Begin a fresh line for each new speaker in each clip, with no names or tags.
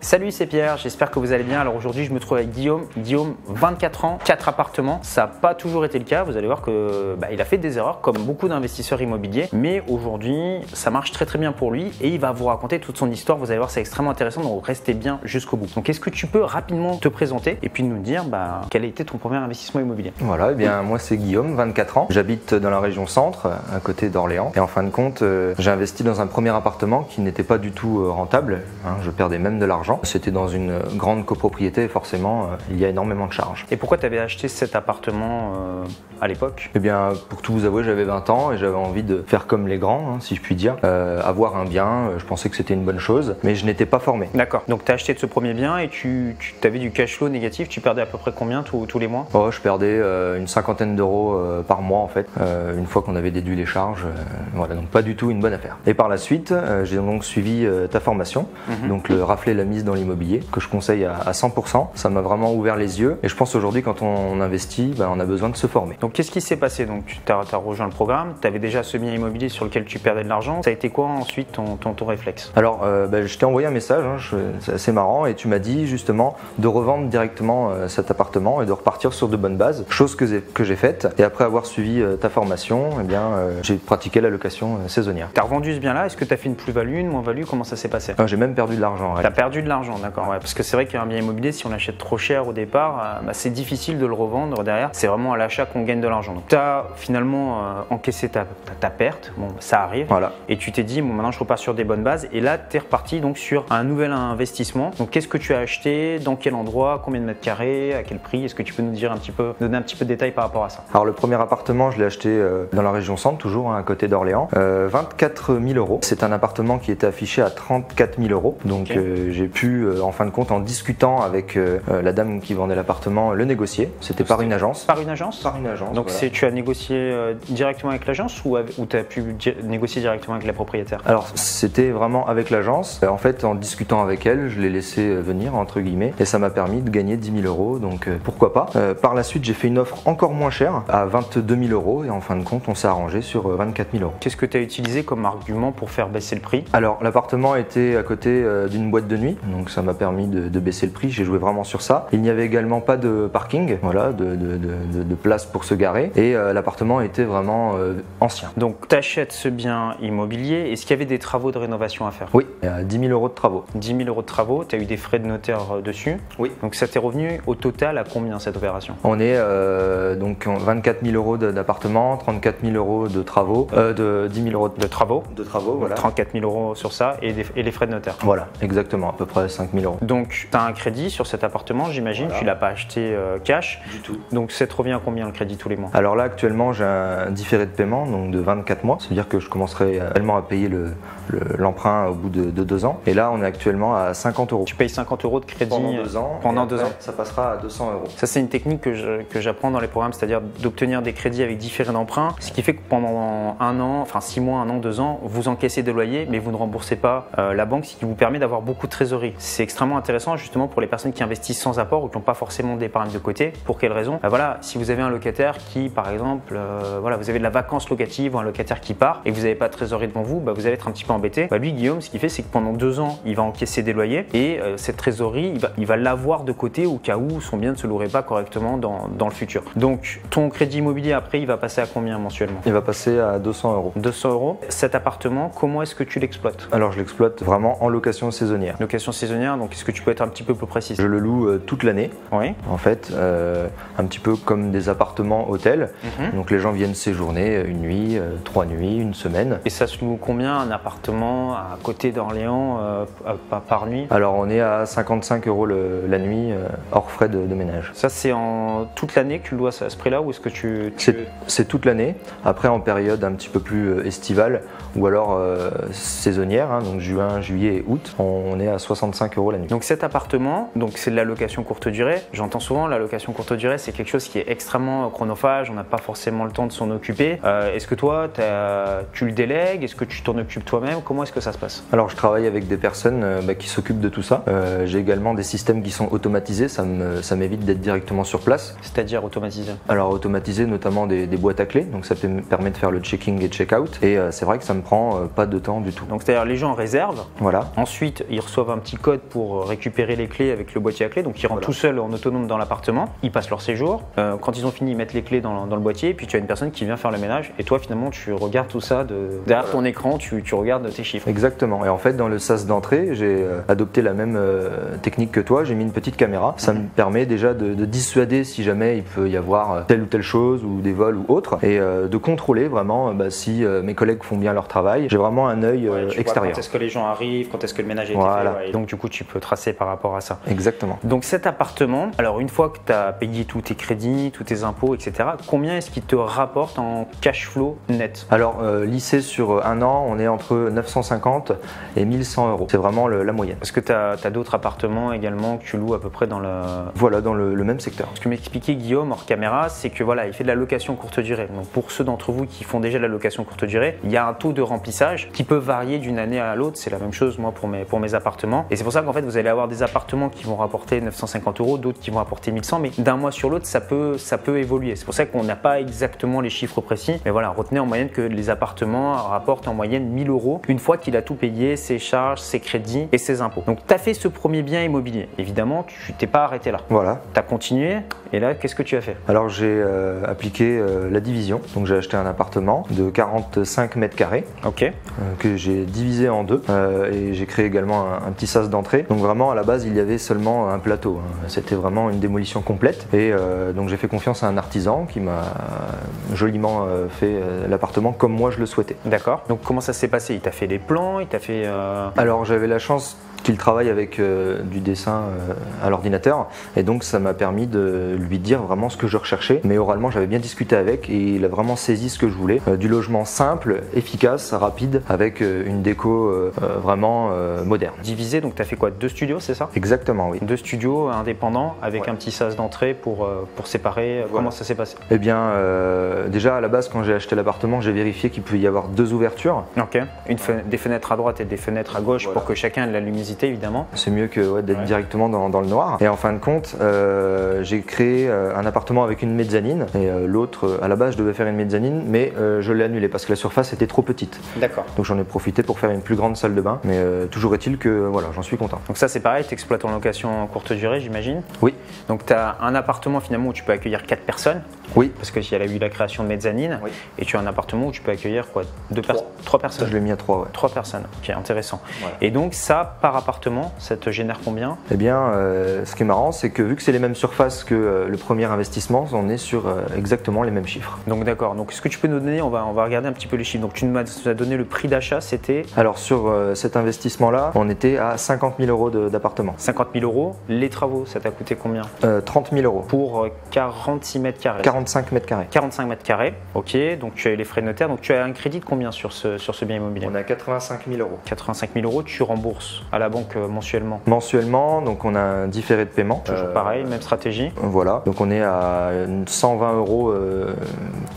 Salut, c'est Pierre, j'espère que vous allez bien. Alors aujourd'hui, je me trouve avec Guillaume. Guillaume, 24 ans, 4 appartements. Ça n'a pas toujours été le cas. Vous allez voir que bah, il a fait des erreurs, comme beaucoup d'investisseurs immobiliers. Mais aujourd'hui, ça marche très très bien pour lui et il va vous raconter toute son histoire. Vous allez voir, c'est extrêmement intéressant. Donc restez bien jusqu'au bout. Donc, est-ce que tu peux rapidement te présenter et puis nous dire bah, quel a été ton premier investissement immobilier
Voilà, eh bien moi c'est Guillaume, 24 ans. J'habite dans la région centre, à côté d'Orléans. Et en fin de compte, euh, j'ai investi dans un premier appartement qui n'était pas du tout euh, rentable. hein, je perdais même de l'argent. C'était dans une euh, grande copropriété, forcément, euh, il y a énormément de charges.
Et pourquoi tu avais acheté cet appartement euh, à l'époque
Eh bien, pour tout vous avouer, j'avais 20 ans et j'avais envie de faire comme les grands, hein, si je puis dire. Euh, avoir un bien, euh, je pensais que c'était une bonne chose, mais je n'étais pas formé.
D'accord. Donc, tu as acheté de ce premier bien et tu, avais du cash flow négatif. Tu perdais à peu près combien tous- tous les mois
Oh, je perdais euh, une cinquantaine d'euros euh, par mois en fait, euh, une fois qu'on avait déduit les charges. euh, voilà, donc pas du tout une bonne affaire. Et par la suite, euh, j'ai donc suivi euh, ta formation, donc le rafler la mise dans l'immobilier, que je conseille à, à 100%. Ça m'a vraiment ouvert les yeux. Et je pense aujourd'hui, quand on investit, ben, on a besoin de se former.
Donc qu'est-ce qui s'est passé Donc tu as, rejoint le programme, tu avais déjà ce bien immobilier sur lequel tu perdais de l'argent. Ça a été quoi ensuite ton, ton, ton réflexe
Alors, euh, ben, je t'ai envoyé un message, hein, je- c'est assez marrant, et tu m'as dit justement de revendre directement euh, cet appartement et de repartir sur de bonnes bases, chose que j'ai que j'ai faite. Et après avoir suivi euh, ta formation, eh bien, euh, j'ai pratiqué la location euh, saisonnière.
Tu as revendu ce bien-là, est-ce que tu as fait une plus-value, une moins-value Comment ça s'est passé
Ah, j'ai même perdu de l'argent. en
T'as
réalité.
perdu de l'argent, d'accord. ouais. Parce que c'est vrai qu'un bien immobilier, si on l'achète trop cher au départ, euh, bah, c'est difficile de le revendre derrière. C'est vraiment à l'achat qu'on gagne de l'argent. Donc t'as finalement euh, encaissé ta, ta- ta perte. Bon, bah, ça arrive.
Voilà.
Et tu t'es dit, bon, maintenant je repars sur des bonnes bases. Et là, tu es reparti donc sur un nouvel investissement. Donc, qu'est-ce que tu as acheté Dans quel endroit Combien de mètres carrés À quel prix Est-ce que tu peux nous dire un petit peu, donner un petit peu de détails par rapport à ça
Alors le premier appartement, je l'ai acheté euh, dans la région centre, toujours hein, à côté d'Orléans, Euh, 24 000 euros. C'est un appartement qui était affiché à 34 000 euros. Donc
Ok.
euh, j'ai pu, euh, en fin de compte, en discutant avec euh, euh, la dame qui vendait l'appartement, le négocier. C'était par une agence.
Par une agence
Par une agence.
Donc,
voilà.
c'est tu as négocié euh, directement avec l'agence ou, tu as pu di- négocier directement avec la propriétaire
Alors c'était vraiment avec l'agence. Euh, En fait, en discutant avec elle, je l'ai laissé euh, venir entre guillemets, et ça m'a permis de gagner 10 000 euros. Donc euh, pourquoi pas Euh, Par la suite, j'ai fait une offre encore moins chère à 22 000 euros, et en fin de compte, on s'est arrangé sur euh, 24 000 euros.
Qu'est-ce que tu as utilisé comme argument pour faire baisser le prix
Alors l'appartement était à côté euh, d'une boîte de nuit, donc ça m'a permis de, de baisser le prix, j'ai joué vraiment sur ça. Il n'y avait également pas de parking, voilà, de, de- de- de- de place pour se garer, et euh, l'appartement était vraiment euh, ancien.
Donc, tu achètes ce bien immobilier. Est-ce qu'il y avait des travaux de rénovation à faire
Oui, et à 10 000 euros de travaux.
10 000 euros de travaux, tu as eu des frais de notaire euh, dessus.
Oui.
Donc, ça t'est revenu au total à combien cette opération
On est euh, donc en 24 000 euros de- d'appartement, 34 000 euros de travaux, euh, de 10 000 euros de,
de travaux,
de travaux,
donc 34 000 euros sur ça et, des- et les frais de notaire.
Voilà, exactement, à peu près 5 000 euros.
Donc, tu as un crédit sur cet appartement, j'imagine,
Voilà.
tu l'as pas acheté euh, cash.
Du tout.
Donc, ça te revient à combien le crédit tous les mois
Alors là, actuellement, j'ai un différé de paiement donc de 24 mois. C'est-à-dire que je commencerai réellement à payer l'emprunt le, l'emprunt au bout de, de deux ans. Et là, on est actuellement à 50 euros.
Tu payes 50 euros de crédit euh,
ans.
pendant
et
deux
après,
ans.
Ça passera à 200 euros.
Ça, c'est une technique que je- que j'apprends dans les programmes, c'est-à-dire d'obtenir des crédits avec différés d'emprunt, ce qui fait que pendant un an, enfin six mois, un an, deux ans, vous encaissez des loyers, mais vous ne remboursez pas euh, la banque, ce qui vous permet d'avoir beaucoup de trésorerie. C'est extrêmement intéressant justement pour les personnes qui investissent sans apport ou qui n'ont pas forcément d'épargne de côté. Pour quelle raison Bah Voilà, si vous avez un locataire qui, par exemple, euh, voilà, vous avez de la vacance locative ou un locataire qui part et que vous n'avez pas de trésorerie devant vous, bah, vous allez être un petit peu embêté. Bah, lui, Guillaume, ce qu'il fait, c'est que pendant deux ans, il va encaisser des loyers et euh, cette trésorerie, il va- il va l'avoir de côté au cas où son bien ne se louerait pas correctement dans, dans le futur. Donc, ton crédit immobilier après, il va passer à combien mensuellement
Il va passer à 200 euros.
200 euros. Cet appartement, comment est-ce que tu l'exploites
Alors, je l'exploite vraiment en location saisonnière.
Location saisonnière, donc est-ce que tu peux être un petit peu plus précis
Je le loue euh, toute l'année,
Oui.
en fait, euh, un petit peu comme des appartements hôtels.
Mhm.
Donc les gens viennent séjourner euh, une nuit, euh, trois nuits, une semaine.
Et ça se loue combien un appartement à côté d'Orléans euh, p- par- par nuit
Alors on est à 55 euros le- la nuit, euh, hors frais de, de ménage.
Ça, c'est en toute l'année que tu le dois à ce prix-là ou est-ce que tu. tu-
C'est c'est toute l'année. Après en période un petit peu plus euh, estivale ou alors euh, saisonnière, hein, donc juin, juillet et août, on est à 65 euros la nuit.
Donc cet appartement, donc c'est de la location courte durée. J'entends souvent la location courte durée, c'est quelque chose qui est extrêmement chronophage. On n'a pas forcément le temps de s'en occuper. Euh, est-ce que toi, t'as- tu le délègues Est-ce que tu t'en occupes toi-même Comment est-ce que ça se passe
Alors je travaille avec des personnes euh, bah, qui s'occupent de tout ça. Euh, J'ai également des systèmes qui sont automatisés, ça me- ça m'évite d'être directement sur place.
C'est-à-dire automatisé.
Alors automatiser notamment des, des boîtes à clés, donc ça peut me permet de faire le checking et check-out. Et euh, c'est vrai que ça me prend euh, pas de temps du tout.
Donc c'est-à-dire les gens réservent.
Voilà.
Ensuite, ils reçoivent un petit petit code pour euh, récupérer les clés avec le boîtier à clé. Donc ils rentrent tout seuls en autonome dans l'appartement, ils passent leur séjour. Euh, quand ils ont fini, ils mettent les clés dans, dans le boîtier. Et puis tu as une personne qui vient faire le ménage. Et toi, finalement, tu regardes tout ça de, derrière ton écran, tu, tu regardes tes chiffres.
Exactement. Et en fait, dans le sas d'entrée, j'ai euh, adopté la même euh, technique que toi. J'ai mis une petite caméra. Ça me permet déjà de, de dissuader si jamais il peut y avoir euh, telle ou telle chose ou des vols ou autre, et euh, de contrôler vraiment euh, bah, si euh, mes collègues font bien leur travail. J'ai vraiment un œil euh,
Ouais, tu vois
extérieur.
Quand est-ce que les gens arrivent, quand est-ce que le ménage est
Voilà.
fait. ouais. Et Donc du coup, tu peux tracer par rapport à ça.
Exactement.
Donc cet appartement, alors une fois que tu as payé tous tes crédits, tous tes impôts, etc., combien est-ce qu'il te rapporte en cash flow net
Alors, euh, lycée sur euh, un an, on est entre 950 et 1100 euros. C'est vraiment le- la moyenne.
Est-ce que tu as, d'autres appartements également que tu loues à peu près dans la...
Voilà, dans le, le même secteur.
Ce que m'expliquait Guillaume hors caméra, c'est que voilà, il fait de la location courte durée. Donc pour ceux d'entre vous qui font déjà de la location courte durée, il y a un taux de remplissage qui peut varier d'une année à l'autre. C'est la même chose moi pour mes, pour mes appartements. Et c'est pour ça qu'en fait vous allez avoir des appartements qui vont rapporter 950 euros, d'autres qui vont rapporter 1100, mais d'un mois sur l'autre ça peut, ça peut évoluer. C'est pour ça qu'on n'a pas exactement les chiffres précis. Mais voilà, retenez en moyenne que les appartements rapportent en moyenne 1000 euros une fois qu'il a tout payé, ses charges, ses crédits et ses impôts. Donc tu as fait ce premier bien immobilier. Évidemment, tu t'es pas arrêté là.
Voilà.
T'as continué et là, qu'est-ce que tu as fait
Alors j'ai euh, appliqué euh, la division, donc j'ai acheté un appartement de 45 mètres carrés
Ok.
euh, que j'ai divisé en deux euh, et j'ai créé également un, un petit sas d'entrée. Donc vraiment à la base il y avait seulement un plateau, hein. c'était vraiment une démolition complète et euh, donc j'ai fait confiance à un artisan qui m'a euh, joliment euh, fait euh, l'appartement comme moi je le souhaitais.
D'accord. Donc comment ça s'est passé Il t'a fait les plans, il t'a fait. euh,
Alors j'avais la chance qu'il travaille avec euh, du dessin euh, à l'ordinateur et donc ça m'a permis de lui dire vraiment ce que je recherchais mais oralement j'avais bien discuté avec et il a vraiment saisi ce que je voulais Euh, du logement simple efficace rapide avec euh, une déco euh, euh, vraiment euh, moderne
Divisé, donc t'as fait quoi Deux studios, c'est ça
exactement oui
Deux studios indépendants avec
Ouais.
un petit sas d'entrée pour, euh, pour séparer. Comment ça s'est passé
Eh bien euh, déjà à la base quand j'ai acheté l'appartement j'ai vérifié qu'il pouvait y avoir deux ouvertures
Ok. Une fe- Des fenêtres à droite et des fenêtres à gauche
Voilà.
pour que chacun ait de la luminosité, évidemment.
C'est mieux que ouais, d'être
Ouais.
directement dans, dans le noir. Et en fin de compte, euh, j'ai créé euh, un appartement avec une mezzanine. Et euh, l'autre, euh, à la base, je devais faire une mezzanine, mais euh, je l'ai annulée parce que la surface était trop petite.
D'accord.
Donc j'en ai profité pour faire une plus grande salle de bain. Mais euh, toujours est-il que voilà, j'en suis content.
Donc ça c'est pareil, tu exploites en location courte durée j'imagine.
Oui,
Donc tu as un appartement finalement où tu peux accueillir quatre personnes,
oui.
parce qu'il y a eu la création de mezzanine,
Oui.
et tu as un appartement où tu peux accueillir quoi deux pers-
Trois.
trois
Ça,
personnes.
je l'ai mis à 3, ouais.
Trois personnes, ok, intéressant.
Voilà.
Et donc ça, par appartement, ça te génère combien
Eh bien, euh, ce qui est marrant, c'est que vu que c'est les mêmes surfaces que euh, le premier investissement, on est sur euh, exactement les mêmes chiffres.
Donc d'accord, donc ce que tu peux nous donner, on va, on va regarder un petit peu les chiffres. Donc tu m'as tu nous as donné le prix d'achat, c'était
Alors sur euh, cet investissement-là, on était à 50 000 euros de- d'appartement.
50 000 euros. Les travaux, ça t'a coûté combien
Euh, 30 000 euros.
Pour euh, 46 mètres carrés.
45 mètres carrés.
45 mètres carrés, ok, donc tu as eu les frais de notaire, donc tu as un crédit de combien sur ce, sur ce bien immobilier
On a 85 000 euros.
85 000 euros, tu rembourses à la banque euh, mensuellement.
Mensuellement, donc on a un différé de paiement.
Toujours
Euh,
pareil, même stratégie.
Voilà, donc on est à 120 euros euh,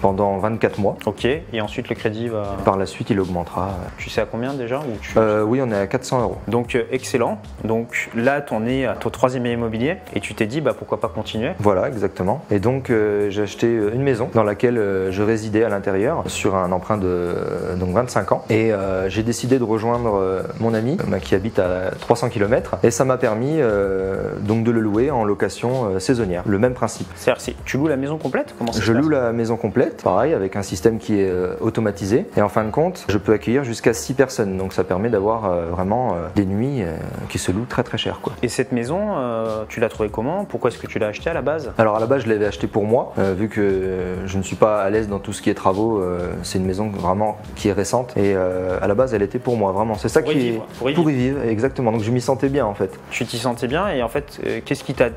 pendant 24 mois.
Ok, et ensuite le crédit va.
Par la suite, il augmentera.
Tu sais à combien déjà ou tu-
Euh, oui, on est à 400 euros.
Donc euh, excellent. Donc là, t'en es à ton troisième bien immobilier et tu t'es dit bah pourquoi pas continuer.
Voilà, exactement. Et donc euh, j'ai acheté euh, une maison dans laquelle euh, je résidais à l'intérieur sur un emprunt de euh, donc 25 ans. Et euh, j'ai décidé de rejoindre euh, mon ami euh, qui habite à 300 km. Et ça m'a permis euh, donc de le louer en location euh, saisonnière. Le même principe.
C'est-à-dire, c'est- tu loues la maison complète Comment ça se
Je
passe
loue la maison complète, pareil, avec un système qui est euh, automatisé. Et en fin de compte, je peux accueillir jusqu'à 6 personnes. Donc ça permet d'avoir euh, vraiment euh, des nuits euh, qui se louent très très cher. Quoi.
Et cette maison, euh, tu l'as trouvée comment Pourquoi est-ce que tu l'as achetée à la base
Alors à la base, je l'avais acheté pour moi, euh, vu que euh, je ne suis pas à l'aise dans tout ce qui est travaux. euh, c'est une maison vraiment qui est récente. Et euh, à la base, elle était pour moi, vraiment. C'est ça
Pour y
qui
vivre,
est.
pour y
vivre, exactement. Donc je m'y sentais bien en fait.
Tu t'y sentais bien et en fait, euh, qu'est-ce qui t'a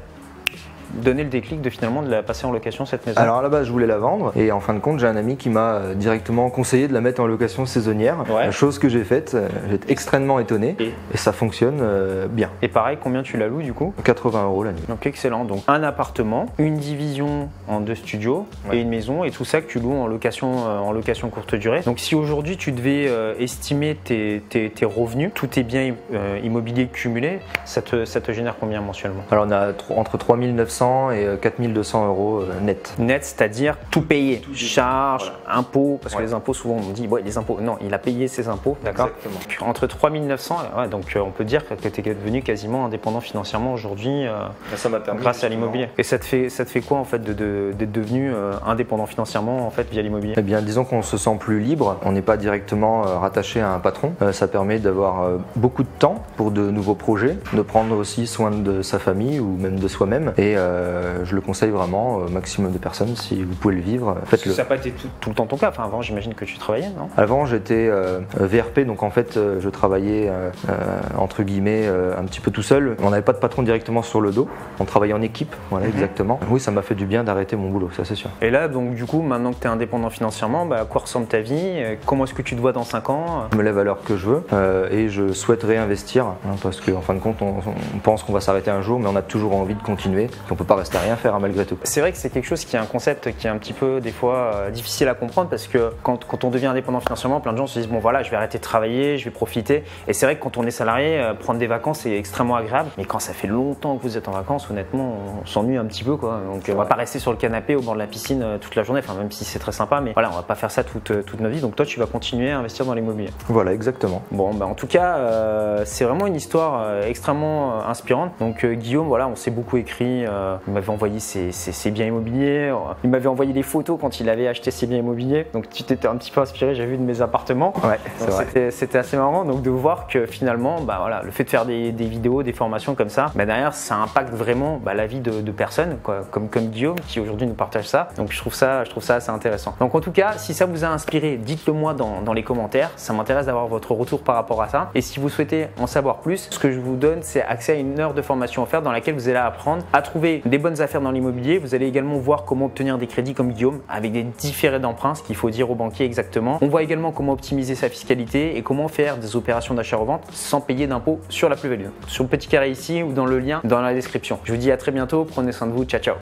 donné le déclic de finalement de la passer en location cette maison
Alors à la base, je voulais la vendre et en fin de compte, j'ai un ami qui m'a euh, directement conseillé de la mettre en location saisonnière.
Ouais.
La chose que j'ai faite, euh, j'étais extrêmement étonné
Et
et, ça fonctionne euh, bien.
Et pareil, combien tu la loues du coup
80 euros la nuit.
donc excellent, donc un appartement, une division en deux studios
Ouais.
et une maison et tout ça que tu loues en location, euh, en location courte durée. Donc si aujourd'hui tu devais euh, estimer tes, tes- tes revenus, tous tes biens euh, immobiliers cumulés, ça te, ça te génère combien mensuellement
Alors on a tro- entre 3900 2100 et euh, 4200 euros euh, net.
Net, c'est-à-dire tout payer, charges, impôts, parce
Ouais.
que les impôts, souvent on dit, ouais, les impôts, non, il a payé ses impôts, d'accord
Exactement.
Entre 3900, ouais, donc euh, on peut dire que tu es devenu quasiment indépendant financièrement aujourd'hui euh,
Ça m'a permis.
grâce à l'immobilier. Et ça te, fait, ça te fait quoi en fait de- de- d'être devenu euh, indépendant financièrement en fait via l'immobilier
Eh bien, disons qu'on se sent plus libre, on n'est pas directement euh, rattaché à un patron. Euh, ça permet d'avoir euh, beaucoup de temps pour de nouveaux projets, de prendre aussi soin de sa famille ou même de soi-même. Et euh, je le conseille vraiment au maximum de personnes. Si vous pouvez le vivre, euh, faites-le.
Ça n'a pas été tout, tout le temps ton cas, enfin avant j'imagine que tu travaillais, non
Avant, j'étais euh, VRP, donc en fait, euh, je travaillais euh, euh, entre guillemets euh, un petit peu tout seul. On n'avait pas de patron directement sur le dos. On travaillait en équipe, voilà, exactement. Oui, ça m'a fait du bien d'arrêter mon boulot, ça c'est sûr.
Et là, donc du coup, maintenant que tu es indépendant financièrement, bah, à quoi ressemble ta vie Euh, Comment est-ce que tu te vois dans 5 ans
Je me lève à l'heure que je veux euh, et je souhaite réinvestir hein, parce qu'en fin de compte, on, on pense qu'on va s'arrêter un jour, mais on a toujours envie de continuer. Et on peut pas rester à rien faire hein, malgré tout.
C'est vrai que c'est quelque chose qui est un concept qui est un petit peu des fois euh, difficile à comprendre parce que quand, quand on devient indépendant financièrement, plein de gens se disent bon voilà, je vais arrêter de travailler, je vais profiter. Et c'est vrai que quand on est salarié, euh, prendre des vacances c'est extrêmement agréable. Mais quand ça fait longtemps que vous êtes en vacances, honnêtement, on s'ennuie un petit peu quoi. Donc on va pas rester sur le canapé au bord de la piscine euh, toute la journée. Enfin même si c'est très sympa, mais voilà, on va pas faire ça toute, euh, toute notre vie. Donc toi, tu vas continuer à investir dans l'immobilier.
Voilà, exactement.
Bon, bah, en tout cas, euh, c'est vraiment une histoire euh, extrêmement euh, inspirante. Donc, euh, Guillaume, voilà, on s'est beaucoup écrit. euh, il m'avait envoyé ses, ses- ses biens immobiliers. euh, Il m'avait envoyé des photos quand il avait acheté ses biens immobiliers. Donc, tu t'étais un petit peu inspiré, j'ai vu, de mes appartements.
Ouais, c'est
Donc,
vrai.
C'était c'était assez marrant donc de voir que finalement bah voilà le fait de faire des, des vidéos, des formations comme ça, bah derrière ça impacte vraiment bah, la vie de, de personnes quoi, comme, comme Guillaume qui aujourd'hui nous partage ça. Donc je trouve ça je trouve ça assez intéressant. Donc en tout cas si ça vous a inspiré, dites-le moi dans, dans les commentaires. Ça m'intéresse d'avoir votre retour par rapport à ça. Et si vous souhaitez en savoir plus, ce que je vous donne c'est accès à une heure de formation offerte dans laquelle vous allez apprendre à trouver des bonnes affaires dans l'immobilier. Vous allez également voir comment obtenir des crédits comme Guillaume avec des différés d'emprunt, ce qu'il faut dire aux banquiers exactement. On voit également comment optimiser sa fiscalité et comment faire des opérations d'achat-revente sans payer d'impôts sur la plus-value. Sur le petit carré ici ou dans le lien dans la description. Je vous dis à très bientôt, prenez soin de vous, ciao ciao.